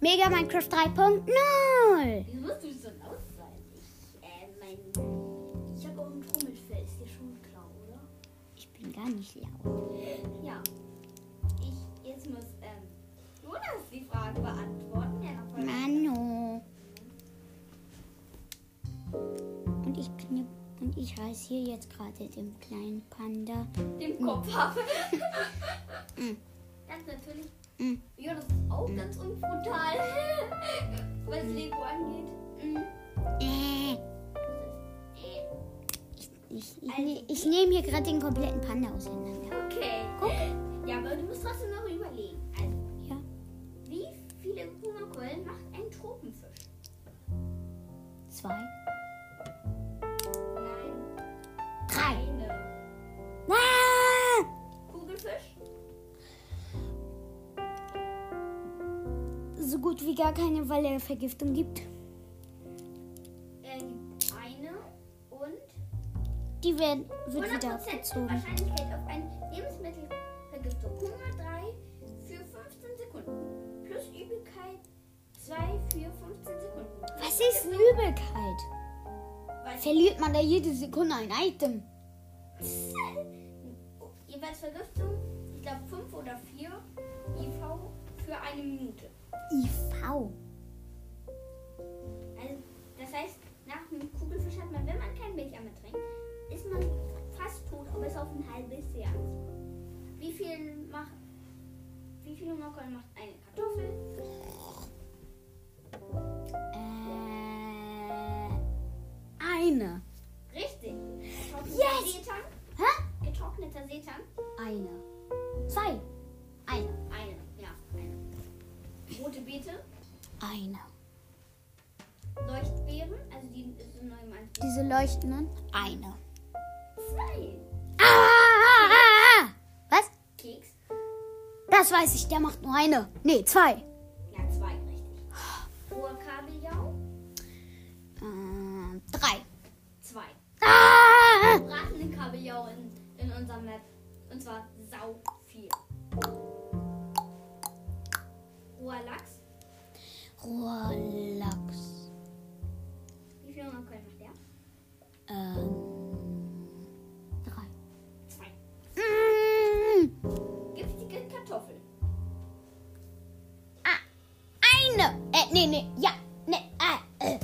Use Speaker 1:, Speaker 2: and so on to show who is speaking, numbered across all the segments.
Speaker 1: Mega Minecraft 3.0.
Speaker 2: Wieso musst du so laut sein? Ich, äh, mein. Ich habe auch ein Trommelfell. Ist dir schon klar, oder?
Speaker 1: Ich bin gar nicht laut.
Speaker 2: Ja. Ich, jetzt muss, ähm, Jonas die Frage beantworten. Der noch mal-
Speaker 1: Mano. Und ich knipp und ich reiß hier jetzt gerade dem kleinen Panda.
Speaker 2: Dem Kopf habe.
Speaker 1: Mm.
Speaker 2: Ganz natürlich.
Speaker 1: Mm.
Speaker 2: Ja, das ist auch ganz unbrutal. Was Lego angeht. Mm.
Speaker 1: Äh,
Speaker 2: Äh,
Speaker 1: ich ich, ne- ich nehme hier gerade den kompletten Panda auseinander.
Speaker 2: äh, Okay.
Speaker 1: Guck.
Speaker 2: Ja, aber du musst trotzdem noch überlegen. Also,
Speaker 1: Ja.
Speaker 2: wie viele Humerkeulen macht ein Tropenfisch?
Speaker 1: Zwei.
Speaker 2: Nein,
Speaker 1: Drei.
Speaker 2: eine.
Speaker 1: Ah!
Speaker 2: Kugelfisch?
Speaker 1: So gut wie gar keine, weil er Vergiftung gibt.
Speaker 2: Äh, eine. Und
Speaker 1: Die werden wird wieder
Speaker 2: 100%
Speaker 1: abgezogen.
Speaker 2: Wahrscheinlichkeit auf eine Lebensmittelvergiftung. Hunger 3 für 15 Sekunden. Plus Übelkeit 2 für 15 Sekunden.
Speaker 1: Was ist denn Übelkeit?
Speaker 2: Weiß ich-
Speaker 1: Verliert man da jede Sekunde ein Item?
Speaker 2: Oh, Jeweils Vergiftung, ich glaube 5 oder 4 IV für eine Minute.
Speaker 1: IV.
Speaker 2: Also, das heißt, nach dem Kugelfisch hat man, wenn man kein Milch mehr trinkt, ist man fast tot, aber ist auf ein halbes Jahr. Wie viel macht, wie viel Hunger macht eine Kartoffel?
Speaker 1: Äh, eine.
Speaker 2: Richtig. Getrockneter
Speaker 1: Yes!
Speaker 2: Seetang.
Speaker 1: Hä?
Speaker 2: Getrockneter Seetang.
Speaker 1: Eine. Zwei. Eine.
Speaker 2: Eine, ja, eine. Rote Beete,
Speaker 1: Eine.
Speaker 2: Leuchtbeeren, also die ist neu im Anfang.
Speaker 1: Diese leuchtenden? Eine.
Speaker 2: Zwei.
Speaker 1: Ah, ah, ah, ah. Was?
Speaker 2: Keks.
Speaker 1: Das weiß ich, der macht nur eine. Nee, zwei.
Speaker 2: Ja, zwei, richtig. Hoher Kabeljau,
Speaker 1: Äh, drei.
Speaker 2: zwei.
Speaker 1: Ah,
Speaker 2: gebratenen Kabeljau in, in unserem Map. Und zwar sau viel. Hoher Lachs.
Speaker 1: Rohrlachs.
Speaker 2: Wie viel Hunger können macht der?
Speaker 1: Ähm, drei.
Speaker 2: Zwei.
Speaker 1: Mm,
Speaker 2: Giftige Kartoffel.
Speaker 1: ah, eine. Äh, nee, nee, ja. Nee, ah, äh.
Speaker 2: Äh,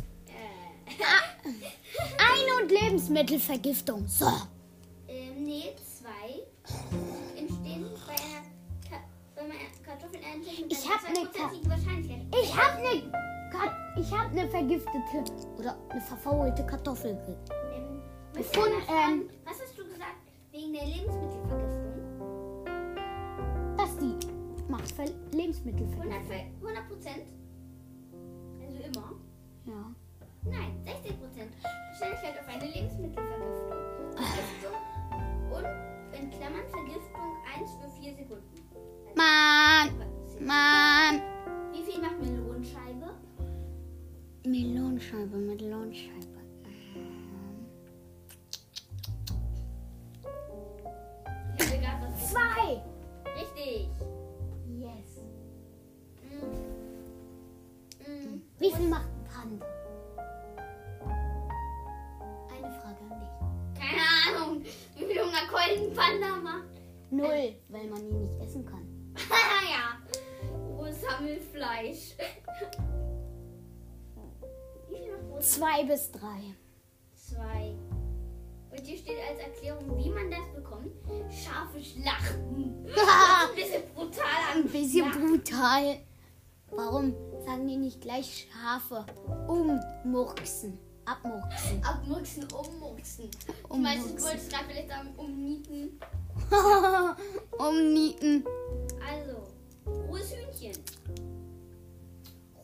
Speaker 1: Ah. Ein- und Lebensmittelvergiftung. So.
Speaker 2: ähm, nee, zwei. Entstehen bei einer, Ka bei einer Kartoffelernte mit
Speaker 1: Ich hab ne Ka-
Speaker 2: Ka Wahrscheinlichkeit.
Speaker 1: Ich hab ne, Kat- ich hab ne vergiftete oder eine verfaulte Kartoffel. ge-
Speaker 2: Ähm, müsst ihr
Speaker 1: Gefunden,
Speaker 2: mal fragen,
Speaker 1: ähm.
Speaker 2: was hast du gesagt wegen der Lebensmittelvergiftung?
Speaker 1: Das die macht Ver Lebensmittelvergiftung.
Speaker 2: 100, Ver- 100 Prozent? Also immer.
Speaker 1: Ja.
Speaker 2: Nein, 60 Prozent. Wahrscheinlichkeit auf eine Lebensmittelvergiftung. Vergiftung und in Klammern Vergiftung 1 für 4 Sekunden.
Speaker 1: Mann,
Speaker 2: Was-
Speaker 1: Mann.
Speaker 2: Wie viel macht Melonenscheibe?
Speaker 1: Melonscheibe, Melonscheibe. Ähm,
Speaker 2: Ich hab egal, was ist.
Speaker 1: Zwei.
Speaker 2: Richtig.
Speaker 1: Yes.
Speaker 2: Mm. Mm.
Speaker 1: Wie viel macht ein Panda? Eine Frage an dich.
Speaker 2: Keine Ahnung, wie viel Hungerkeulen ein Panda macht.
Speaker 1: Null, weil man ihn nicht essen kann.
Speaker 2: ja, rohes Hammelfleisch. wie viel macht rohes
Speaker 1: Zwei bis drei.
Speaker 2: 2. Und hier steht als Erklärung, wie man das bekommt. Scharfe Schlachten. Das ist ein bisschen brutal an.
Speaker 1: Ein bisschen
Speaker 2: Ja.
Speaker 1: brutal. Warum sagen die nicht gleich Schafe ummurksen? Abmurksen.
Speaker 2: Abmurksen, ummurksen. Ich
Speaker 1: Ummurksen.
Speaker 2: weiß, ich wollte es gerade vielleicht sagen, umnieten.
Speaker 1: Umnieten.
Speaker 2: Also, rohes Hühnchen.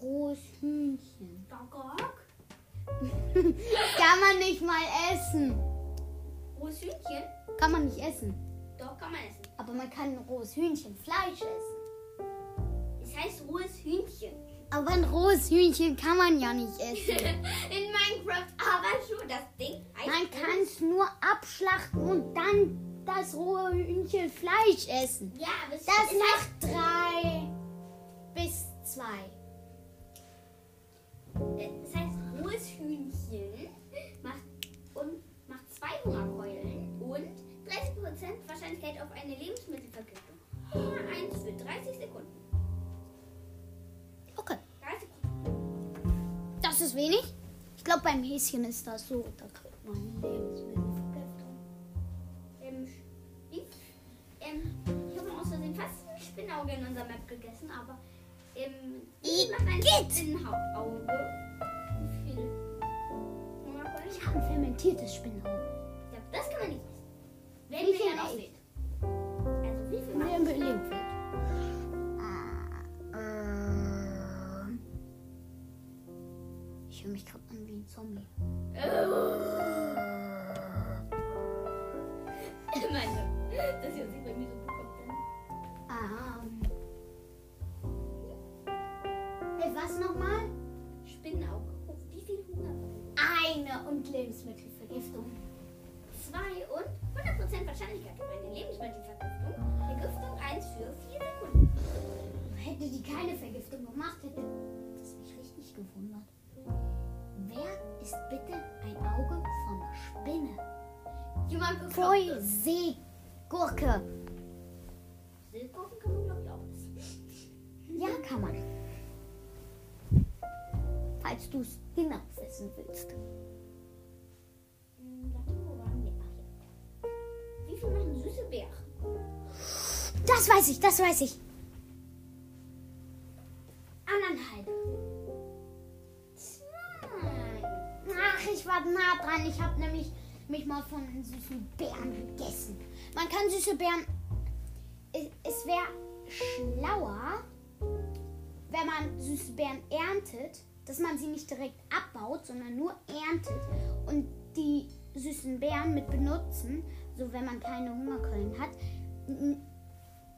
Speaker 1: Rohes Hühnchen.
Speaker 2: Gok, gok.
Speaker 1: Kann man nicht mal essen.
Speaker 2: Rohes Hühnchen.
Speaker 1: Kann man nicht essen.
Speaker 2: Doch, kann man essen.
Speaker 1: Aber man kann ein rohes Hühnchenfleisch essen.
Speaker 2: Es heißt rohes Hühnchen.
Speaker 1: Aber ein rohes Hühnchen kann man ja nicht essen.
Speaker 2: In Minecraft aber schon. Das Ding heißt.
Speaker 1: Man kann es nur abschlachten und dann das rohe Hühnchenfleisch essen.
Speaker 2: Ja, aber es
Speaker 1: Das
Speaker 2: es heißt-
Speaker 1: macht drei bis zwei.
Speaker 2: Äh, Das heißt, rohes Hühnchen macht, und macht zwei Hungerkeulen und 30% Wahrscheinlichkeit auf eine Lebensmittelvergiftung. Hunger 1 für 30 Sekunden.
Speaker 1: Okay.
Speaker 2: 30 Sekunden.
Speaker 1: Das ist wenig. Ich glaube, beim Häschen ist das so. Da kriegt man Lebensmittelvergiftung.
Speaker 2: Ähm, wie, ähm, ich habe aus Versehen fast ein Spinnauge in unserer Map gegessen, aber ähm, ich
Speaker 1: I-
Speaker 2: mache ein
Speaker 1: geht.
Speaker 2: Spinnenhauptauge. Wie viel? Hungerkeulen?
Speaker 1: Ich habe ein fermentiertes Spinnenauge.
Speaker 2: Ja, das kann man nicht. essen. Wenn
Speaker 1: Wie
Speaker 2: wir
Speaker 1: viel
Speaker 2: ja noch
Speaker 1: echt?
Speaker 2: sehen. Also wie viel
Speaker 1: Und
Speaker 2: macht
Speaker 1: der belebt wird. Ah, ähm. Ich höre mich gerade an wie ein Zombie. Ah.
Speaker 2: Meine, das hört sich bei mir so bekommt an.
Speaker 1: Ähm. Hey, was nochmal?
Speaker 2: Spinnenauge. Oh, wie viel Hunger?
Speaker 1: Eine und Lebensmittelvergiftung.
Speaker 2: Zwei und 100% Wahrscheinlichkeit über eine Lebensmittelvergiftung. Vergiftung 1 für 4 Sekunden.
Speaker 1: Hätte die keine Vergiftung gemacht, hätte das mich richtig gewundert. Wer ist bitte ein Auge von einer Spinne?
Speaker 2: Jemand bekommt es.
Speaker 1: Kreuseegurke.
Speaker 2: Silbkuchen kann man glaube ich auch essen.
Speaker 1: Ja, kann man. Falls du es genau wissen willst.
Speaker 2: Hm, warte, wo waren wir? Ach ja. Wie viel machen süße Beeren?
Speaker 1: Das weiß ich, das weiß ich. Anderthalb.
Speaker 2: Zwei.
Speaker 1: Ach, ich war nah dran. Ich habe nämlich mich mal von den süßen Bären gegessen. Man kann süße Bären. Es, es wäre schlauer, wenn man süße Bären erntet, dass man sie nicht direkt abbaut, sondern nur erntet und die süßen Bären mit benutzen, so wenn man keine Hungerkeulen hat, n-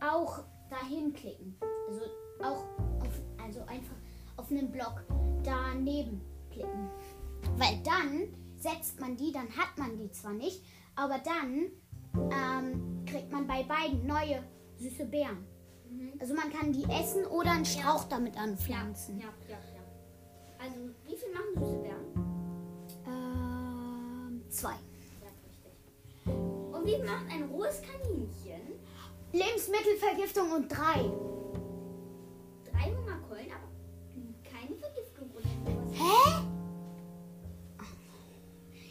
Speaker 1: auch dahin klicken. Also auch auf, also einfach auf einen Block daneben klicken. Weil dann setzt man die, dann hat man die zwar nicht, aber dann ähm, kriegt man bei beiden neue süße Beeren.
Speaker 2: Mhm.
Speaker 1: Also man kann die essen oder einen Strauch damit anpflanzen.
Speaker 2: Ja, ja, ja. Also, wie viel machen süße Beeren?
Speaker 1: Ähm, zwei.
Speaker 2: Ja, richtig. Und wie macht ein rohes Kaninchen?
Speaker 1: Lebensmittelvergiftung und drei.
Speaker 2: Drei Hungerkeulen, aber keine Vergiftung oder sowas.
Speaker 1: Hä?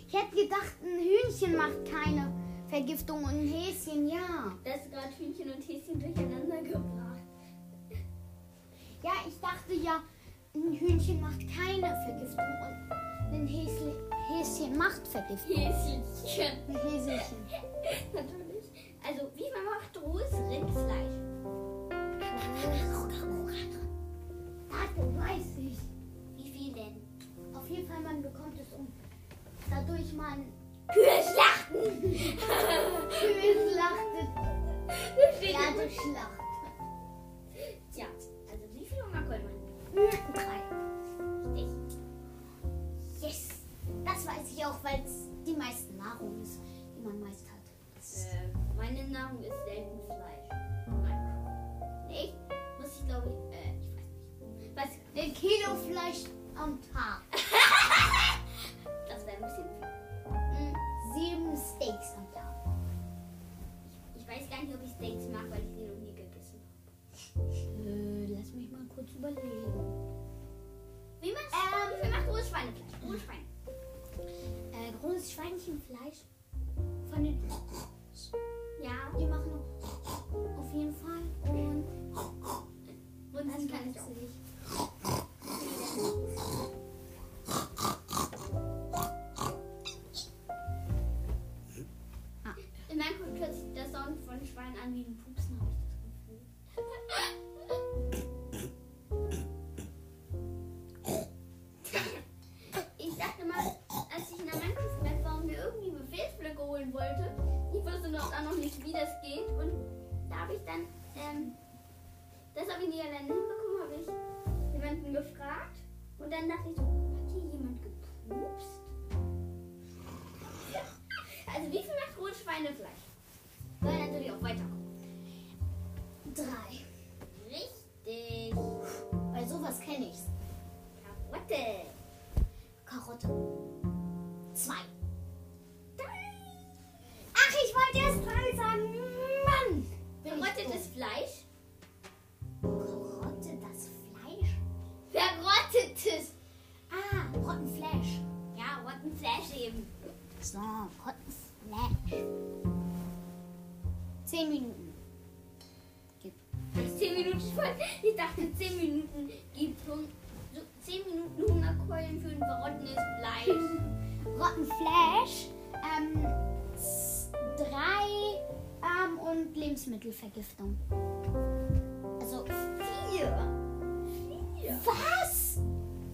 Speaker 1: Ich hätte gedacht, ein Hühnchen macht keine Vergiftung und ein Häschen ja.
Speaker 2: Das ist gerade Hühnchen und Häschen durcheinander gebracht.
Speaker 1: Ja, ich dachte ja, ein Hühnchen macht keine Vergiftung und ein Häsli- Häschen macht Vergiftung.
Speaker 2: Häschen.
Speaker 1: Ein Häselchen.
Speaker 2: Natürlich. Also, wie man macht rohes Rindfleisch?
Speaker 1: Warte, weiß ich.
Speaker 2: Wie viel denn?
Speaker 1: Auf jeden Fall, man bekommt es um. Dadurch man
Speaker 2: Kühe schlachten!
Speaker 1: Kühe schlachtet.
Speaker 2: Das steht
Speaker 1: Ja,
Speaker 2: ja.
Speaker 1: durch Schlacht.
Speaker 2: Tja, also wie viel Hungerkeulen machen?
Speaker 1: Drei.
Speaker 2: Richtig.
Speaker 1: Yes. Das weiß ich auch, weil es die meisten Nahrung ist, die man meist hat.
Speaker 2: Äh, meine Nahrung ist selten Fleisch. Nein. Nicht? Muss ich glaube ich. Äh, ich weiß nicht. Weiß ich
Speaker 1: Ein Kilo Fleisch am Tag.
Speaker 2: Das wäre ein bisschen viel.
Speaker 1: Mm, Sieben Steaks am Tag.
Speaker 2: Ich weiß gar nicht, ob ich Steaks mag, weil ich die noch nie gegessen habe.
Speaker 1: Äh, lass mich mal kurz überlegen.
Speaker 2: Wie machst
Speaker 1: Ähm.
Speaker 2: du? Wie viel macht rohes Schweinefleisch? Rohes Schwein.
Speaker 1: Äh, großes Schweinchenfleisch von den.
Speaker 2: Ja.
Speaker 1: Die machen auf jeden Fall. Und
Speaker 2: Munzen kann ich auch. In meinem kommt plötzlich der Sound von Schwein an wie ein Pupsen, habe ich das Gefühl. Ich dachte mal, als ich in der Minecraft-Map war und mir irgendwie Befehlsblöcke holen wollte, ich wusste noch dann noch nicht, wie das geht. Und da habe ich dann, ähm, das habe ich nie alleine hinbekommen, habe ich jemanden gefragt. Und dann dachte ich so, hat hier jemand gepupst? Also wie viel macht rohes Schweinefleisch? Soll natürlich auch weiterkommen.
Speaker 1: Drei.
Speaker 2: Richtig.
Speaker 1: Bei sowas kenne ich's. Torte.
Speaker 2: Karotte.
Speaker 1: Zwei. Ach, ich wollte erst drei sagen. Mann! Bin ich
Speaker 2: Verrottetes
Speaker 1: doof.
Speaker 2: Fleisch.
Speaker 1: Karotte, das Fleisch.
Speaker 2: Verrottetes.
Speaker 1: Ah, Rottenfleisch.
Speaker 2: Ja, Rottenfleisch eben.
Speaker 1: So, Rottenfleisch. Zehn Minuten.
Speaker 2: Habe ich 10 Minuten voll? Ich dachte 10 Minuten gibt Hung- so 10 Minuten Hungerkeulen für ein verrottetes Fleisch.
Speaker 1: Rottenfleisch, ähm, z- drei ähm, und Lebensmittelvergiftung. Also vier.
Speaker 2: Vier.
Speaker 1: Was?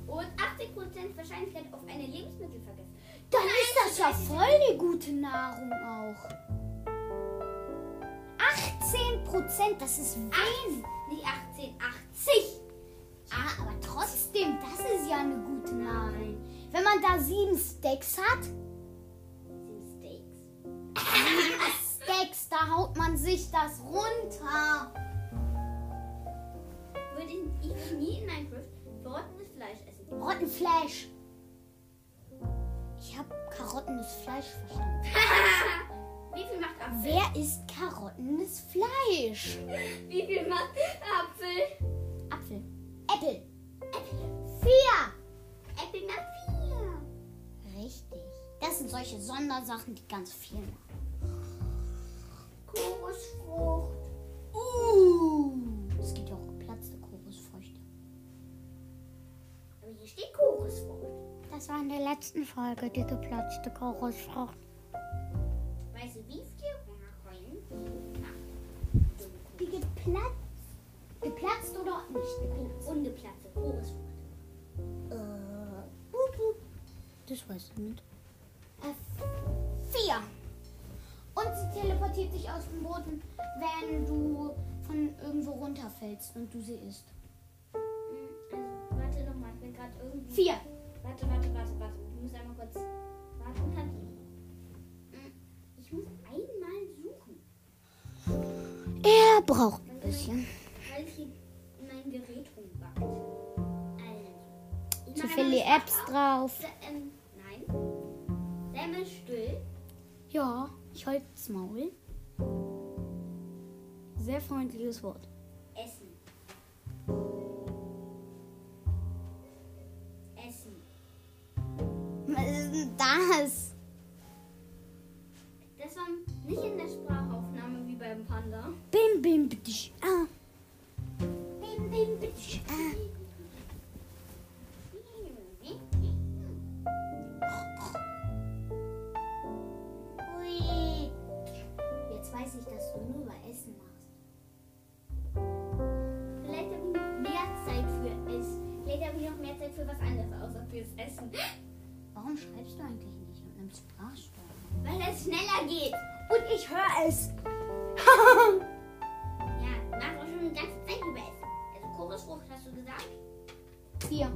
Speaker 2: Und 80% Wahrscheinlichkeit auf eine Lebensmittelvergiftung.
Speaker 1: Dann ist das ja voll die gute Nahrung auch. 18 Prozent, das ist wenig.
Speaker 2: Nicht 18, 18.
Speaker 1: 80. Ah, aber trotzdem, das ist ja eine gute Nahrung. Wenn man da sieben Steaks hat,
Speaker 2: sind Steaks.
Speaker 1: Steaks, da haut man sich das runter.
Speaker 2: Würde ich- ich nie in Minecraft verrottetes Fleisch essen.
Speaker 1: Rottenfleisch. Ich habe karottenes Fleisch verstanden.
Speaker 2: Wie viel macht Apfel?
Speaker 1: Wer isst karottenes Fleisch?
Speaker 2: Wie viel macht Apfel?
Speaker 1: Apfel. Äpfel.
Speaker 2: Apfel.
Speaker 1: Vier.
Speaker 2: Apfel macht vier.
Speaker 1: Richtig. Das sind solche Sondersachen, die ganz viel machen.
Speaker 2: Kokosfrucht.
Speaker 1: Uh. Es gibt ja auch geplatzte Kokosfrüchte.
Speaker 2: Aber hier steht Kokosfrucht.
Speaker 1: Das war in der letzten Folge, die geplatzte Kokosfrucht.
Speaker 2: Weißt du, wie viel Hungerkeulen macht?
Speaker 1: Die geplatzt? Geplatzt oder nicht geplatzt?
Speaker 2: Ungeplatzte Kokosfrucht.
Speaker 1: Äh, bup, bup. Das weiß ich nicht. Äh, vier. Und sie teleportiert sich aus dem Boden, wenn du von irgendwo runterfällst und du sie isst.
Speaker 2: Hm, Also, warte nochmal, ich bin gerade irgendwie.
Speaker 1: Vier.
Speaker 2: Warte, warte, warte, warte. Ich muss einmal kurz. Warte, Kathi. Hm, Ich muss einmal suchen.
Speaker 1: Er braucht ein bisschen.
Speaker 2: Weil ich mein Gerät rumbackt. Also. ich
Speaker 1: Zu
Speaker 2: mache
Speaker 1: viele
Speaker 2: einmal
Speaker 1: Apps
Speaker 2: auf.
Speaker 1: drauf.
Speaker 2: Se- Ähm, nein. Sei mal still.
Speaker 1: Ja, ich halt's Maul. Sehr freundliches Wort.
Speaker 2: Essen. Essen.
Speaker 1: Was ist denn das?
Speaker 2: Das war nicht in der Sprachaufnahme wie beim Panda.
Speaker 1: Bim, bim, bittisch. Ah.
Speaker 2: Bim, bim, bitch.
Speaker 1: Ah.
Speaker 2: Ui.
Speaker 1: Jetzt weiß ich, dass du nur über Essen machst.
Speaker 2: Vielleicht habe ich noch mehr Zeit für es. Vielleicht habe ich noch mehr Zeit für was anderes, außer fürs Essen.
Speaker 1: Warum schreibst du eigentlich nicht und nimmst Sprachsteuerung?
Speaker 2: Weil es schneller geht.
Speaker 1: Und ich höre es.
Speaker 2: Ja, mach auch schon eine ganze Zeit über Essen. Also Kokosfrucht hast du gesagt.
Speaker 1: Vier.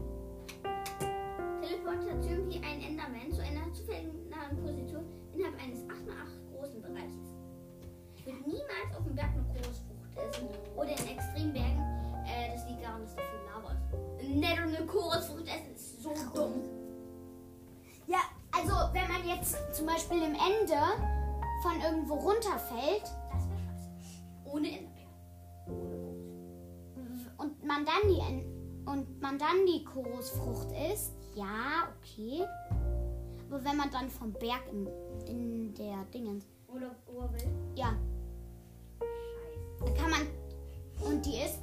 Speaker 2: Teleportation wie ein Enderman zu einer zufälligen nahen Position innerhalb eines 8x8 großen Bereiches. Ich würde niemals auf dem Berg eine Kokosfrucht essen. Oder in extremen Bergen. Äh, das liegt daran, dass da viel Lava ist. Nett und eine Kokosfrucht essen ist so dumm.
Speaker 1: Ja, also wenn man jetzt zum Beispiel im Ende von irgendwo runterfällt
Speaker 2: Das wäre scheiße. Ohne Enderman. Ohne Kokosfrucht.
Speaker 1: und man dann die En- und man dann die Chorusfrucht isst, ja, okay. Aber wenn man dann vom Berg in, in der Dingens,
Speaker 2: Oder Urwild.
Speaker 1: ja, dann
Speaker 2: Scheiße.
Speaker 1: kann man und die isst,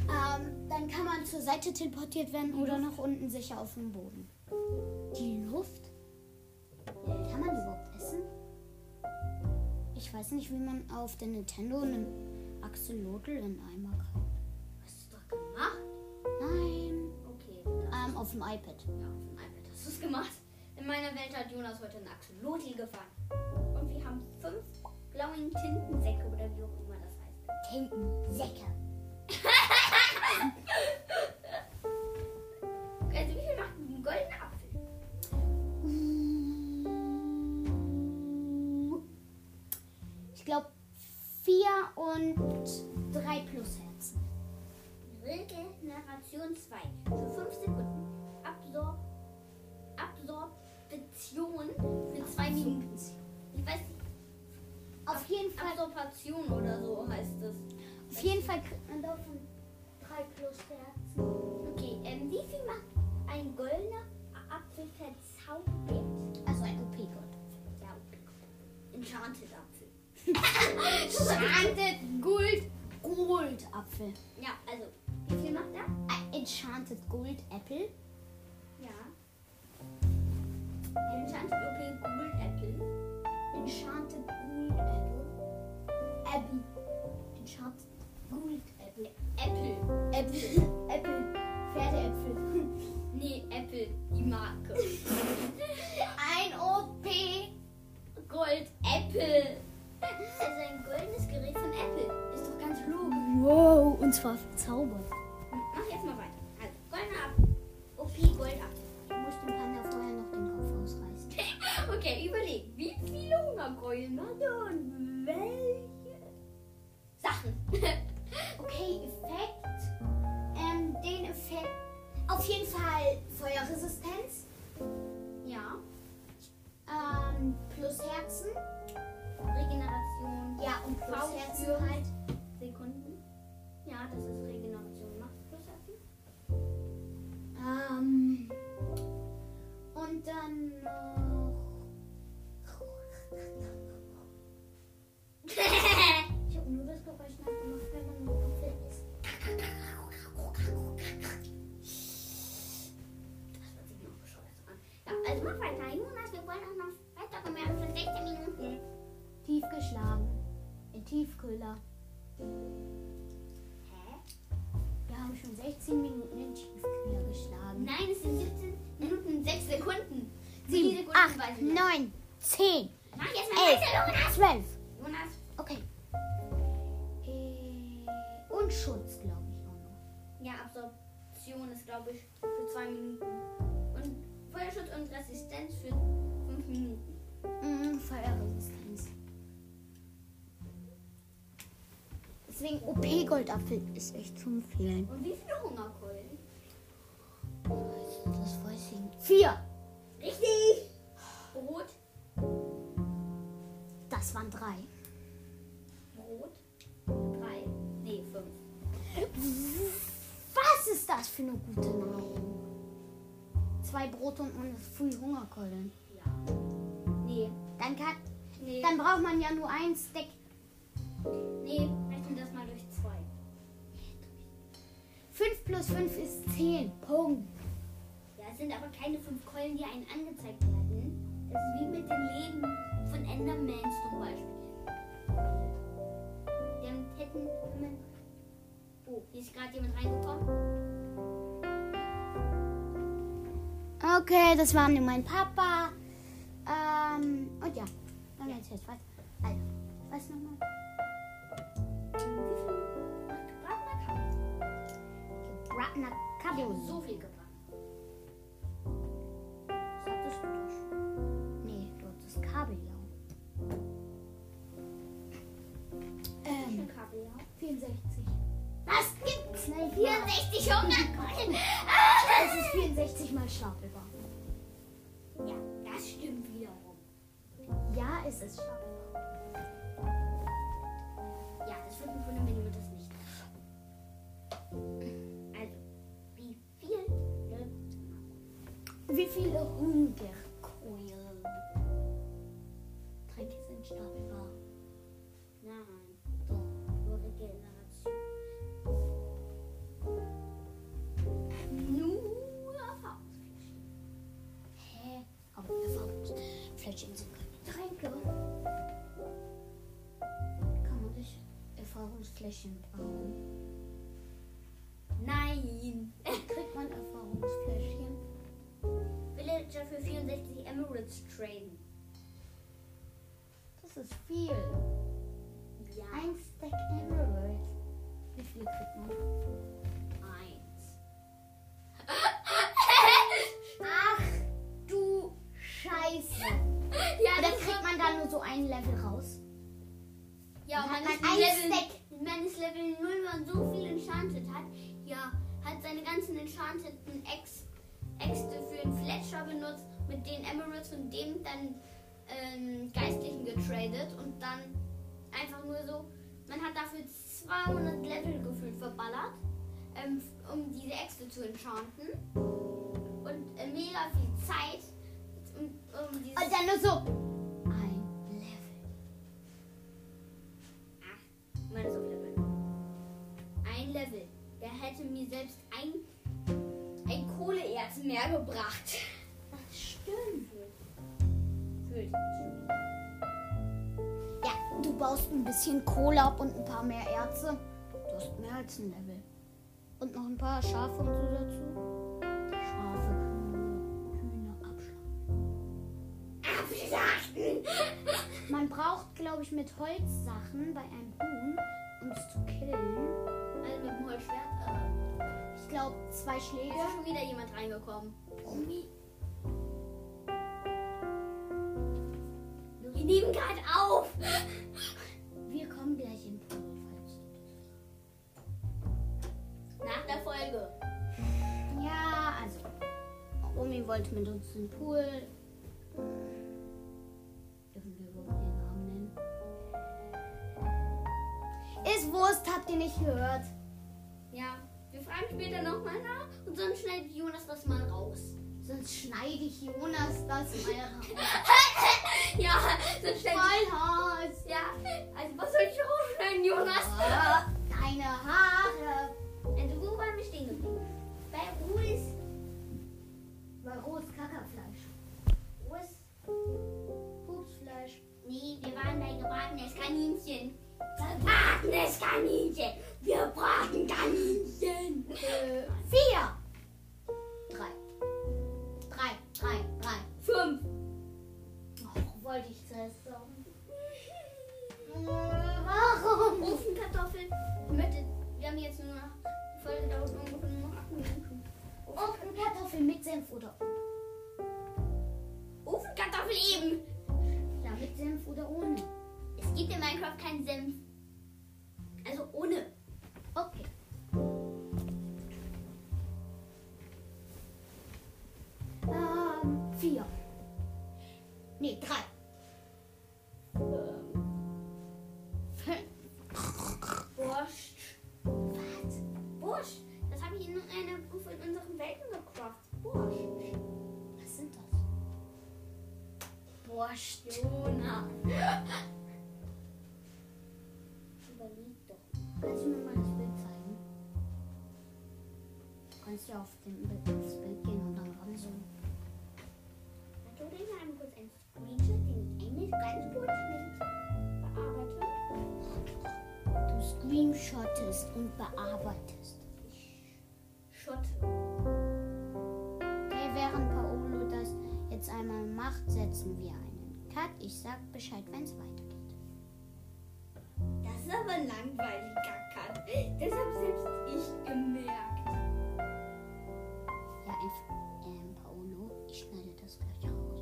Speaker 1: ähm, dann kann man zur Seite teleportiert werden oder nach unten sicher auf den Boden. Die Luft? Kann man die überhaupt essen? Ich weiß nicht, wie man auf der Nintendo einen Axolotl in Eimer kauft.
Speaker 2: Hast du doch gemacht?
Speaker 1: Nein.
Speaker 2: Okay.
Speaker 1: Ähm, auf dem iPad.
Speaker 2: Ja, auf dem iPad hast du es gemacht. In meiner Welt hat Jonas heute einen Axolotl gefahren. Und wir haben fünf blauen Tintensäcke oder wie auch immer das heißt.
Speaker 1: Tintensäcke.
Speaker 2: Also wie viel macht ein goldener Apfel?
Speaker 1: Ich glaube, vier und drei Plusherzen.
Speaker 2: Regeneration 2. Für 5 Sekunden. Absor absorbt Absorption für zwei Minuten. Ich weiß nicht,
Speaker 1: Auf jeden Fall,
Speaker 2: Absorption oder so heißt es.
Speaker 1: auf jeden Fall kriegt man davon drei plus Herzen.
Speaker 2: Okay, ähm, wie viel macht ein goldener Apfel verzaubert?
Speaker 1: Also ein OP-Gott.
Speaker 2: Ja, Enchanted Apfel.
Speaker 1: Enchanted Gold Goldapfel.
Speaker 2: Ja, also, wie viel macht er?
Speaker 1: Ein Enchanted Gold Apple.
Speaker 2: Ja. Enchanted OP Gold Apple.
Speaker 1: Enchanted Gold Apple. Apple. Enchanted Gold Apple.
Speaker 2: Apple.
Speaker 1: Äpfel. Äpfel. Pferdeäpfel.
Speaker 2: Nee, Apple, die Marke.
Speaker 1: Ein OP.
Speaker 2: Gold Apple. Also ein goldenes Gerät von Apple. Ist doch ganz logisch.
Speaker 1: Wow, und zwar verzaubert.
Speaker 2: Mach jetzt mal weiter. Also, goldener Apfel. OP Gold Apfel.
Speaker 1: Du musst dem Panda vorher noch den Kopf ausreißen.
Speaker 2: Okay, überleg, wie viele Hungerkeulen hat er und welche Sachen?
Speaker 1: Okay, Effekt. Ähm, den Effekt. Auf jeden Fall Feuerresistenz.
Speaker 2: ja,
Speaker 1: Ähm, plus Herzen.
Speaker 2: Regeneration.
Speaker 1: Ja, und plus
Speaker 2: Faust
Speaker 1: Herzen
Speaker 2: für-
Speaker 1: halt.
Speaker 2: Sekunden. Ja, das ist Regeneration. Macht plus Herzen?
Speaker 1: Ähm, und dann noch. Ich habe nur das Geräusch nachgemacht, wenn man nur Apfel isst.
Speaker 2: Das hört sich noch bescheuert an. Ja, also mach weiter. Jonas, wir wollen auch noch weiterkommen. Wir haben schon 16 Minuten.
Speaker 1: Tief geschlagen. In Tiefkühler.
Speaker 2: Hä?
Speaker 1: Wir haben schon 16 Minuten in Tiefkühler geschlagen.
Speaker 2: Nein, es sind 17 Minuten 6 Sekunden. Wie
Speaker 1: Sieben,
Speaker 2: Sekunden weiß
Speaker 1: acht,
Speaker 2: ich nicht.
Speaker 1: neun, zehn,
Speaker 2: Mach jetzt mal
Speaker 1: elf,
Speaker 2: weiter, Jonas.
Speaker 1: zwölf.
Speaker 2: Jonas,
Speaker 1: Okay. Äh, Und Schutz, glaube ich, auch noch.
Speaker 2: Ja, Absorption ist, glaube ich, für zwei Minuten. Und Feuerschutz und Resistenz für fünf Minuten.
Speaker 1: Mhm, Feuerresistenz. Deswegen OP-Goldapfel ist echt zu empfehlen.
Speaker 2: Und wie viele Hungerkeulen?
Speaker 1: Oh, Das weiß ich nicht. Vier.
Speaker 2: Richtig! Brot,
Speaker 1: Das waren drei.
Speaker 2: Brot, drei, nee, fünf.
Speaker 1: Was ist das für eine gute Nahrung? Zwei Brote und man ist früh Hungerkeulen.
Speaker 2: Ja. Nee,
Speaker 1: Dann, kann,
Speaker 2: nee,
Speaker 1: dann braucht man ja nur einen Stack.
Speaker 2: nee, rechnen das mal durch zwei.
Speaker 1: 5 plus 5 ist 10. Punkt.
Speaker 2: Ja, es sind aber keine fünf Keulen, die einen angezeigt werden. Das ist wie mit den Leben von Endermans zum Beispiel. Dann hätten immer... Oh, hier ist gerade jemand reingekommen.
Speaker 1: Okay, das war nur mein Papa. Ähm, und ja, dann jetzt jetzt weiter. Also, was nochmal? Ratna
Speaker 2: Ähm.
Speaker 1: Kabus.
Speaker 2: So viel gebraten.
Speaker 1: Das hattest du doch schon. Nee, du hattest Kabeljau. Ähm, 64.
Speaker 2: Was gibt
Speaker 1: Nein,
Speaker 2: 64 Hungerkeulen?
Speaker 1: Das ist 64 mal Stapelbar.
Speaker 2: Ja, das stimmt wiederum.
Speaker 1: Ja, es ist Stapelbar.
Speaker 2: Ja, das würde mich wundern, wenn jemand das nicht Also, wie viel? Ne?
Speaker 1: Wie viele Hungerkeulen? Dreck sind Stapelbar.
Speaker 2: Nein,
Speaker 1: So.
Speaker 2: nur Regeneration. Nur Faustflächen.
Speaker 1: Hä? Aber Erfahrungsfläschchen sind keine Tränke. Kann man nicht Erfahrungsfläschchen brauchen?
Speaker 2: Nein.
Speaker 1: Kriegt man Erfahrungsfläschchen?
Speaker 2: Villager für 64 Emeralds traden.
Speaker 1: Das ist viel.
Speaker 2: Ja.
Speaker 1: Ein Stack Emerald. Wie viel kriegt man?
Speaker 2: Eins.
Speaker 1: Ach du Scheiße.
Speaker 2: Ja,
Speaker 1: Oder
Speaker 2: das
Speaker 1: kriegt man da nur so ein Level raus?
Speaker 2: ja,
Speaker 1: hat
Speaker 2: man
Speaker 1: man
Speaker 2: ist
Speaker 1: ein
Speaker 2: Level,
Speaker 1: Stack.
Speaker 2: man ist Level 0, wenn man so viel Enchanted hat. Ja, hat seine ganzen Enchanteten Ex, Äxte für den Fletcher benutzt mit den Emeralds und dem dann ähm, Geistlichen getradet und dann einfach nur so, man hat dafür 200 Level gefühlt verballert, ähm, f- um diese Äxte zu enchanten und äh, mega viel Zeit, um, um dieses
Speaker 1: Und dann nur so. Ein Level.
Speaker 2: Man ist auf Level. Ein Level. Der hätte mir selbst ein, ein Kohleerz mehr gebracht.
Speaker 1: Das stimmt.
Speaker 2: Fühlt.
Speaker 1: Ja, du baust ein bisschen Kohle ab und ein paar mehr Erze. Du hast mehr als ein Level. Und noch ein paar Schafe und so dazu. Schafe, Kühe, Kühne, Abschlag.
Speaker 2: Abschlachten!
Speaker 1: Man braucht, glaube ich, mit Holzsachen bei einem Huhn, um es zu killen.
Speaker 2: Also mit dem Holzschwert. Äh,
Speaker 1: Ich glaube, zwei Schläge.
Speaker 2: ist schon wieder jemand reingekommen.
Speaker 1: Omi.
Speaker 2: Wir nehmen gerade auf!
Speaker 1: Wir kommen gleich im Pool, falls du
Speaker 2: Nach der Folge.
Speaker 1: Ja, also. Omi wollte mit uns in den Pool. Hm. Dürfen wir überhaupt den Namen nennen? Ist Wurst, habt ihr nicht gehört?
Speaker 2: Ja. Wir fragen später nochmal nach und sonst schneidet Jonas das mal raus.
Speaker 1: Sonst schneide ich Jonas das mal
Speaker 2: ja, sonst schneidet.
Speaker 1: raus.
Speaker 2: Ja, also was soll ich rausschneiden, Jonas?
Speaker 1: Ah, Deine Haare.
Speaker 2: Also wo waren wir stehen geblieben? Bei Ruhis
Speaker 1: Bei rohes Kackerfleisch.
Speaker 2: Ruhis
Speaker 1: Pupsfleisch.
Speaker 2: Nee, wir waren bei gebratenes Kaninchen. Gebratenes Kaninchen! Wir braten Kaninchen!
Speaker 1: Äh, vier. Drei. Drei, drei, drei.
Speaker 2: Fünf!
Speaker 1: Och, wollte ich zuerst sagen. Äh, Warum?
Speaker 2: Ofenkartoffeln. Ich möchte, wir haben jetzt nur noch die Folge dauert nur ungefähr nur noch acht Minuten.
Speaker 1: Offene Kartoffeln mit Senf oder
Speaker 2: Ofenkartoffel eben!
Speaker 1: ja, mit Senf oder ohne.
Speaker 2: Es gibt in Minecraft keinen Senf. Also ohne.
Speaker 1: Okay. Ähm, vier. Nee, drei.
Speaker 2: Ähm,
Speaker 1: Fünf.
Speaker 2: Wurst.
Speaker 1: Was?
Speaker 2: Wurst. Das habe ich in einer Prüfung in unserem Welten gecraftet. Wurst.
Speaker 1: Was sind das? Borscht.
Speaker 2: Jona. Überleg doch.
Speaker 1: Kannst du mir mal das Bild zeigen? Du kannst ja auf den Bild, das Bild gehen und dann ranzoomen.
Speaker 2: Hat du den mal kurz ein Screenshot, den Englisch ganz kurz nicht bearbeitet?
Speaker 1: Du screenshottest und bearbeitest.
Speaker 2: Schotte.
Speaker 1: Okay, während Paolo das jetzt einmal macht, setzen wir einen Cut. Ich sag Bescheid, wenn es weitergeht.
Speaker 2: Das ist aber ein langweiliger Cut. Das habe selbst ich gemerkt.
Speaker 1: Ja, ich, ähm, Paolo, ich schneide das gleich raus.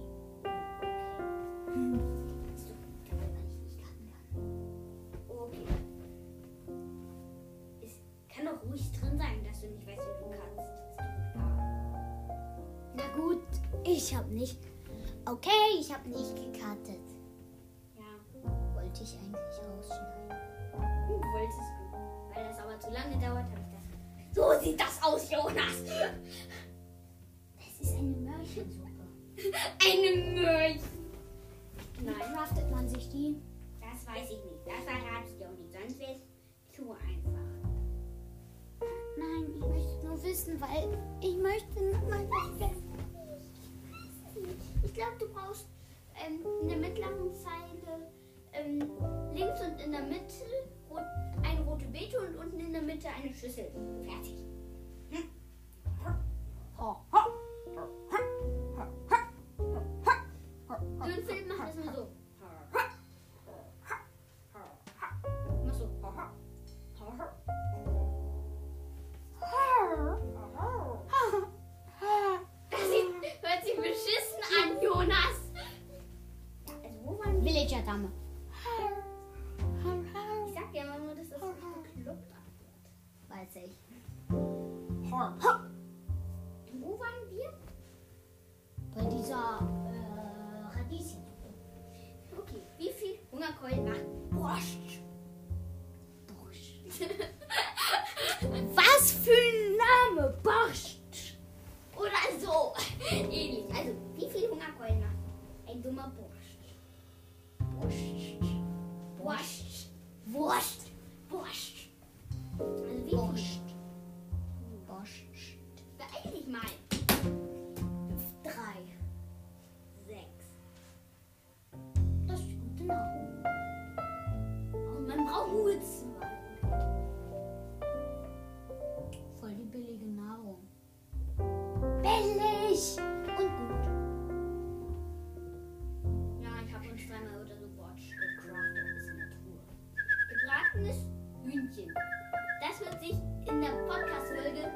Speaker 2: Hast du gemerkt, weil ich nicht cutten kann? Okay. Es kann doch ruhig drin sein, dass du nicht weißt, wie du kannst.
Speaker 1: Na gut, ich hab nicht. Okay, ich hab nicht gekartet.
Speaker 2: Ja.
Speaker 1: Wollte ich eigentlich rausschneiden.
Speaker 2: Du wolltest du. Weil das aber zu lange dauert, habe ich das. So sieht das aus, Jonas!
Speaker 1: Das ist eine Mörchensuppe.
Speaker 2: Eine Milch!
Speaker 1: Wie craftet man sich die?
Speaker 2: Das weiß ich nicht. Das verrate ich dir auch nicht. Sonst wäre es zu einfach.
Speaker 1: Nein, ich möchte nur wissen, weil ich möchte nur mal wissen.
Speaker 2: Ich glaube, du brauchst ähm, in der mittleren Zeile ähm, links und in der Mitte rot, eine rote Beete und unten in der Mitte eine Schüssel. Fertig.
Speaker 1: Oh.
Speaker 2: So ein Film macht das immer so. Immer so. Das sieht, hört sich beschissen an, Jonas. Also wo waren wir?
Speaker 1: Villager Dame.
Speaker 2: Ich sag dir immer nur, dass das gekloppt anhört.
Speaker 1: Weiß ich.
Speaker 2: Wo waren wir?
Speaker 1: Bei diesem dieser äh, Radieschen.
Speaker 2: Okay, wie viel Hungerkeulen macht Borscht?
Speaker 1: Borscht. Was für ein Name? Borscht.
Speaker 2: Oder so. Ähnlich. Also, wie viel Hungerkeulen macht ein dummer Borscht?
Speaker 1: Borscht.
Speaker 2: Borscht.
Speaker 1: Wurst.
Speaker 2: Borscht. Also, wie viel?
Speaker 1: Borscht. Borscht.
Speaker 2: Beeil dich mal.
Speaker 1: Drei.
Speaker 2: Sechs.
Speaker 1: Das ist gute
Speaker 2: genau.
Speaker 1: Name.
Speaker 2: Oh, man braucht nur zwei.
Speaker 1: Voll die billige Nahrung. Billig und gut.
Speaker 2: Ja, ich habe uns dreimal oder so Borscht gecraftet. Ist in der Truhe. Gebratenes Hühnchen. Das hört sich in der Podcast-Folge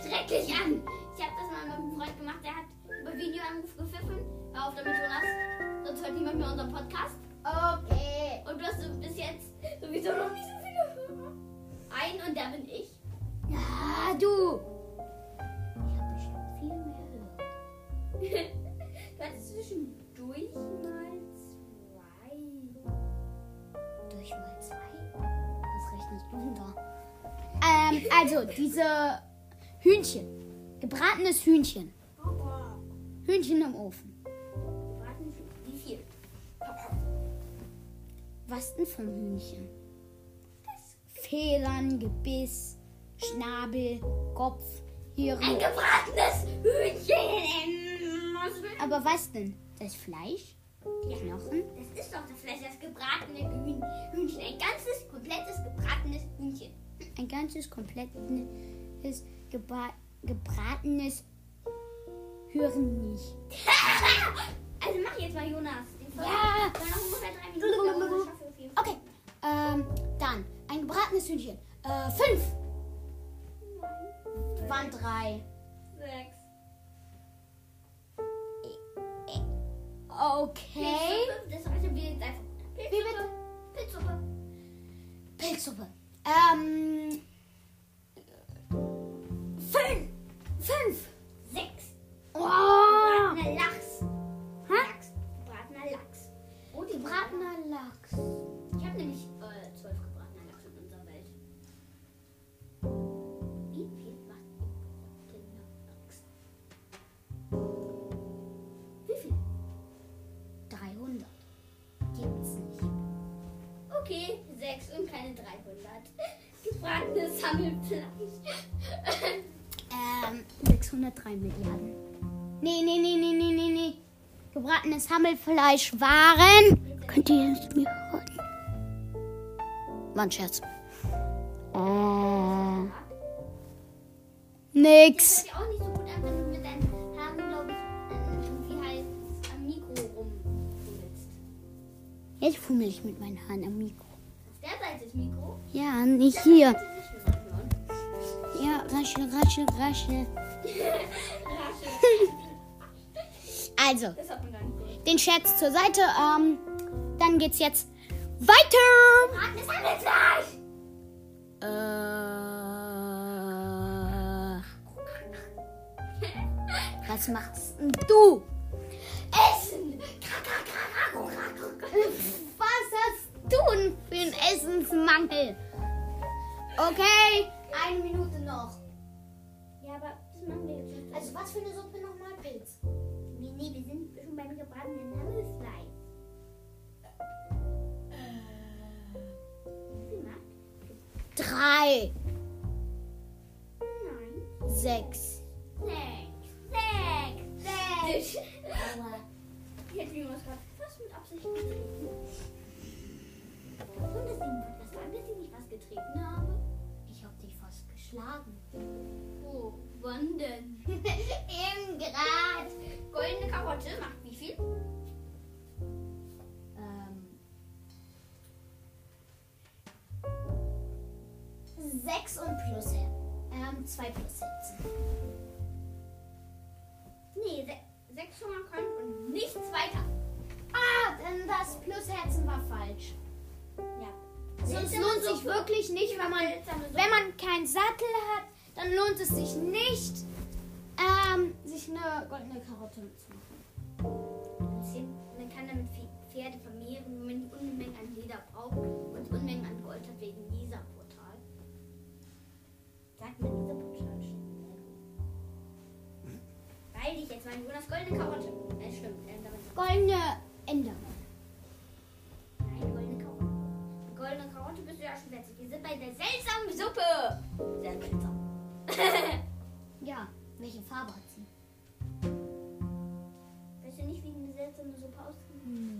Speaker 2: schrecklich an. Ich habe das mal mit einem Freund gemacht. Der hat über Videoanruf gepfiffen. Hör auf damit, Jonas. Sonst hört niemand mehr unseren Podcast.
Speaker 1: Okay.
Speaker 2: Und du hast so bis jetzt sowieso noch nicht so viele Hörer. Ein und da bin ich.
Speaker 1: Ja, du. Ich habe bestimmt viel mehr Hörer.
Speaker 2: du hattest zwischendurch mal zwei.
Speaker 1: Durch mal zwei. Das rechnest du runter. Ähm, also diese Hühnchen. Gebratenes Hühnchen.
Speaker 2: Papa.
Speaker 1: Hühnchen im Ofen.
Speaker 2: Warten, Sie, wie viel? Papa.
Speaker 1: Was denn vom Hühnchen? Federn, Gebiss, Schnabel, Kopf,
Speaker 2: Ein
Speaker 1: Hirn.
Speaker 2: gebratenes Hühnchen. Was will-
Speaker 1: Aber was denn? Das Fleisch?
Speaker 2: Ja.
Speaker 1: Knochen?
Speaker 2: Das ist doch das Fleisch, das gebratene Hühn- Hühnchen. Ein ganzes, komplettes gebratenes Hühnchen.
Speaker 1: Ein ganzes, komplettes, gebra gebratenes Hirn nicht.
Speaker 2: Also mach jetzt mal Jonas. Den Folge-
Speaker 1: Ja.
Speaker 2: Dann noch ungefähr drei Minuten. aber das schaffe ich auf jeden Fall.
Speaker 1: Okay, ähm, dann ein gebratenes Hühnchen. Äh, fünf. Waren drei.
Speaker 2: Sechs.
Speaker 1: Okay.
Speaker 2: Pilzsuppe, Das reichen wir jetzt einfach. Pilzsuppe. Pilzsuppe.
Speaker 1: Pilzsuppe. Ähm, fünf. Fünf.
Speaker 2: Sechs.
Speaker 1: Oh.
Speaker 2: Gebratener Lachs.
Speaker 1: Hä?
Speaker 2: Lachs. Gebratener Lachs. Und die Braten.
Speaker 1: Gebratener Lachs.
Speaker 2: Ich habe nämlich äh, zwölf gebratener Lachs in unserer Welt. Wie viel macht gebratener Lachs? Wie viel?
Speaker 1: 300. Gibt's nicht.
Speaker 2: Okay, sechs und keine 300. Gebratenes Sammelfleisch.
Speaker 1: Ähm, 603 Milliarden. Nee, nee, nee, nee, nee, nee, nee. Gebratenes Hammelfleisch waren. Könnt ihr es mir holen? War ein Scherz. Äh,
Speaker 2: Das
Speaker 1: nix.
Speaker 2: hört sich auch nicht so gut an, wenn du mit deinen Haaren, glaube ich, äh, irgendwie halt am Mikro rumfummelst.
Speaker 1: Jetzt fummel ich mit meinen Haaren am Mikro.
Speaker 2: Auf der Seite ist Mikro.
Speaker 1: Ja, nicht hier.
Speaker 2: Das ist nicht anhören.
Speaker 1: Ja, raschel, raschel, raschel. Also,
Speaker 2: Das hat man gar nicht gehört.
Speaker 1: den Scherz zur Seite. Ähm, dann geht's jetzt weiter.
Speaker 2: Braten ist Hammelfleisch!
Speaker 1: Äh, was machst denn du?
Speaker 2: Essen! Kaka,
Speaker 1: Was hast du denn für einen Essensmangel? Okay, eine Minute noch.
Speaker 2: Ja, aber das machen wir jetzt nicht. Also,
Speaker 1: was für eine Suppe nochmal Pilz?
Speaker 2: nee, nee, wir sind schon beim gebratenen Hammelfleisch. Äh. Wie viel macht?
Speaker 1: Drei,
Speaker 2: Nein.
Speaker 1: sechs.
Speaker 2: Sechs. Sechs. Sechs. Jetzt nehmen wir uns gerade fast mit Absicht getreten. Und deswegen war das war, bis ich nicht was getreten habe.
Speaker 1: Ich hab dich fast geschlagen.
Speaker 2: Oh, wann denn?
Speaker 1: Im Grad.
Speaker 2: Goldene Karotte macht wie viel?
Speaker 1: Ähm, 6 und plus her. Ähm, 2 plus setzen.
Speaker 2: Nee, se sechs Hungerkeulen und nichts weiter.
Speaker 1: Ah, denn das Plusherzen war falsch.
Speaker 2: Ja.
Speaker 1: Sonst lohnt sich wirklich nicht, wenn man, wenn man keinen Sattel hat, dann lohnt es sich nicht, äh, ähm, sich eine goldene Karotte zu machen.
Speaker 2: Man kann damit Pf- Pferde vermehren, wenn man die Unmengen an Leder braucht und Unmengen an Gold hat wegen dieser Portal. Sagt man dieser Portal schon? Weil ich jetzt meine Jonas goldene Karotte. Äh, stimmt. Äh, damit
Speaker 1: Goldene Änderung.
Speaker 2: Nein, goldene Karotte. Mit goldener Karotte bist du ja schon fertig. Wir sind bei der seltsamen Suppe. Sehr seltsam.
Speaker 1: Ja, welche Farbe hat sie?
Speaker 2: Weißt du nicht, wie eine seltsame Suppe aussieht?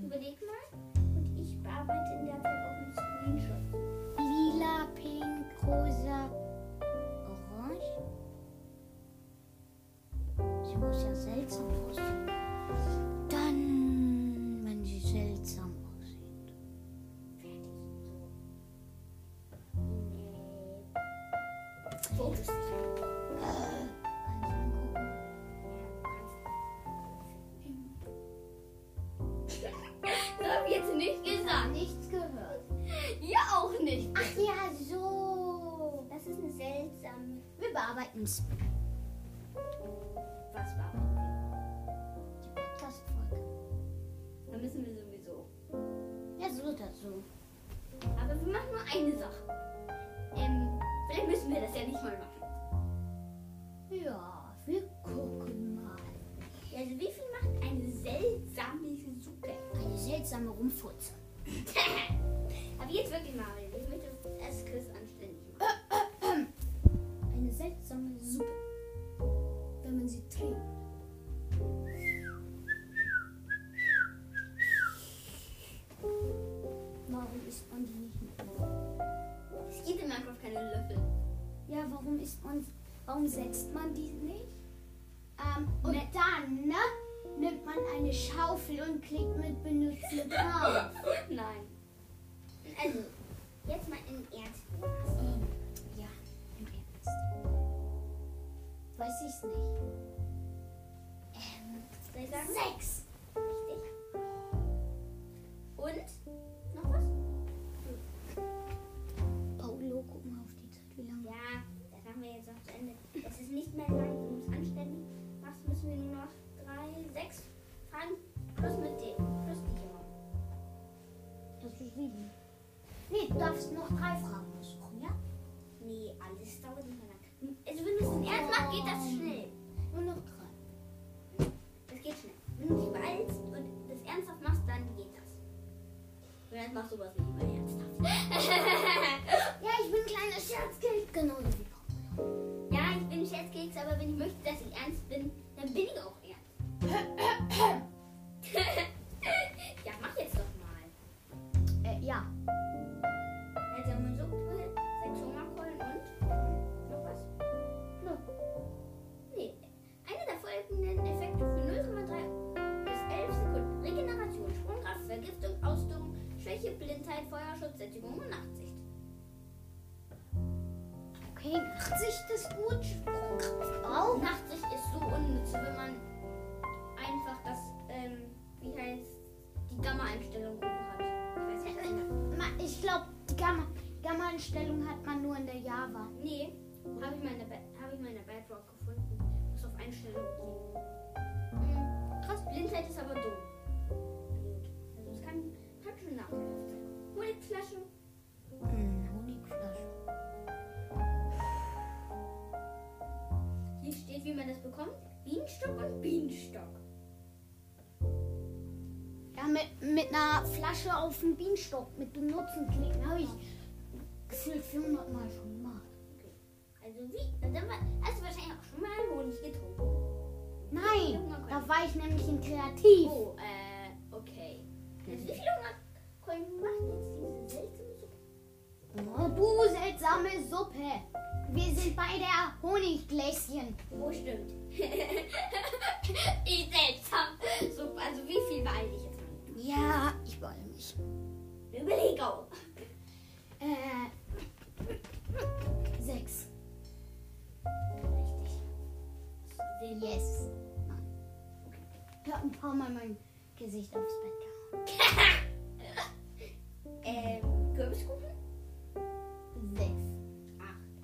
Speaker 2: Überleg mal. Und ich bearbeite in der Zeit auch einen Screenshot.
Speaker 1: Lila, pink, rosa, orange. Sie muss ja seltsam aussehen. Dann, wenn sie seltsam aussieht.
Speaker 2: Fertig. So. Nee. Fotos.
Speaker 1: Kannst du angucken.
Speaker 2: Das hab ich jetzt nicht gesagt.
Speaker 1: Nichts gehört. Ah,
Speaker 2: Ja, auch nicht.
Speaker 1: Ach ja, so.
Speaker 2: Das ist eine seltsame.
Speaker 1: Wir bearbeiten es.
Speaker 2: Was war das?
Speaker 1: Die Podcast-Folge.
Speaker 2: Da müssen wir sowieso.
Speaker 1: Ja, so dazu.
Speaker 2: Aber wir machen nur eine Sache. Ähm, vielleicht müssen wir das ja nicht mal machen.
Speaker 1: Ja, wir gucken mal.
Speaker 2: Also, wie viel macht eine seltsame Suppe?
Speaker 1: Eine seltsame Rumpfutze.
Speaker 2: Aber jetzt wirklich mal, ich möchte es Chris anständig machen.
Speaker 1: Eine seltsame Suppe, wenn man sie trinkt. Warum isst man die nicht mit Löffeln?
Speaker 2: Es gibt in Minecraft keine Löffel.
Speaker 1: Ja, warum isst man, warum setzt man die nicht? Ähm, und dann ne, nimmt man eine Schaufel und klickt mit benutzen drauf.
Speaker 2: Nein. Genau. Also, jetzt mal im Ernst.
Speaker 1: Ähm, ja, im Ernst. Weiß ich's nicht. Ähm,
Speaker 2: Soll ich sagen?
Speaker 1: sechs.
Speaker 2: Richtig. Und? Noch was?
Speaker 1: Paolo, oh, guck mal auf die Zeit, wie lange.
Speaker 2: Ja, das machen wir jetzt noch zu Ende. Es ist nicht mehr lang, wenn du es anständig machst, müssen wir nur noch drei, sechs fahren. Plus mit dem. Plus die immer.
Speaker 1: Das ist sieben. Nee, du darfst noch drei Fragen aussuchen, ja?
Speaker 2: Nee, alles dauert nicht mehr lang. Also wenn du es im Ernst machst, geht das schnell.
Speaker 1: Nur noch drei.
Speaker 2: Das geht schnell. Wenn du dich beeilst und das ernsthaft machst, dann geht das. Und dann machst du was nicht mehr ernsthaft.
Speaker 1: Ja, ich bin ein kleiner Scherzkind. Genau wie Paolo.
Speaker 2: ja, ich bin Scherzkeks, aber wenn ich möchte, dass ich ernst bin, dann bin ich auch ernst. ja, mach jetzt doch mal.
Speaker 1: Äh, ja.
Speaker 2: Seltsame Suppe, sechs Hungerkollen und noch was?
Speaker 1: Nö.
Speaker 2: Nee. Einer der folgenden Effekte für 0,3 bis 11 Sekunden. Regeneration, Sprungkraft, Vergiftung, Ausdauer, Schwäche, Blindheit, Feuerschutz, Sättigung und Nachtsicht.
Speaker 1: Okay, Nachtsicht ist gut. Sprungkraft auch.
Speaker 2: Nachtsicht ist so unnütz, wenn man einfach das, ähm, wie heißt, die Gamma-Einstellung oben hat. Ich weiß nicht. genau.
Speaker 1: Ma- Ich glaube, die Gamma- Gamma-Einstellung hat man nur in der Java.
Speaker 2: Nee, habe ich meine hab ich meine Bedrock gefunden. Muss auf Einstellung gehen. Hm, Krass, Blindheit ist aber dumm. Blöd. Also es kann, kann schon nachgedacht sein. Honigflasche.
Speaker 1: Hm, Honigflasche.
Speaker 2: Hier steht, wie man das bekommt. Bienenstock und Bienenstock.
Speaker 1: Ja, mit, mit einer Flasche auf den Bienenstock mit dem Nutzen klicken. Habe ich gefühlt 400 Mal schon gemacht.
Speaker 2: Also wie? Dann sind wir- hast du wahrscheinlich auch schon mal Honig getrunken.
Speaker 1: Nein, da war ich nämlich in Kreativ.
Speaker 2: Oh, äh, okay. Also wie viel Hungerkolben macht jetzt diese seltsame Suppe?
Speaker 1: Oh, du seltsame Suppe. Wir sind bei der Honiggläschen.
Speaker 2: Oh, stimmt. ich seltsam. So, also wie viel beeil ich jetzt mal?
Speaker 1: Ja, ich beeile mich.
Speaker 2: Überleg auch.
Speaker 1: Äh, sechs.
Speaker 2: Richtig.
Speaker 1: Yes. Nein. Ich hab ein paar Mal mein Gesicht aufs Bett gehauen.
Speaker 2: Ähm, Kürbiskuchen?
Speaker 1: Sechs.
Speaker 2: Acht.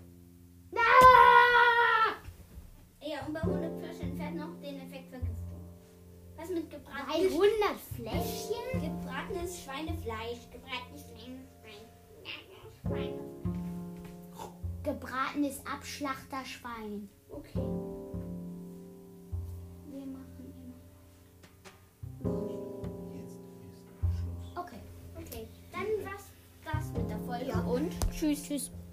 Speaker 1: Ah!
Speaker 2: Ja, und bei 100 Flaschen hat noch den Effekt Vergiftung. Was mit gebratenes,
Speaker 1: 300 Fläschchen?
Speaker 2: gebratenes Schweinefleisch? Gebratenes Schweinefleisch. Schweine-
Speaker 1: Gebratenes Abschlachterschwein.
Speaker 2: Okay. Wir machen
Speaker 3: Jetzt ist Schluss.
Speaker 1: Okay.
Speaker 2: immer. Okay, dann war's das mit der Folge.
Speaker 1: und? Tschüss, tschüss.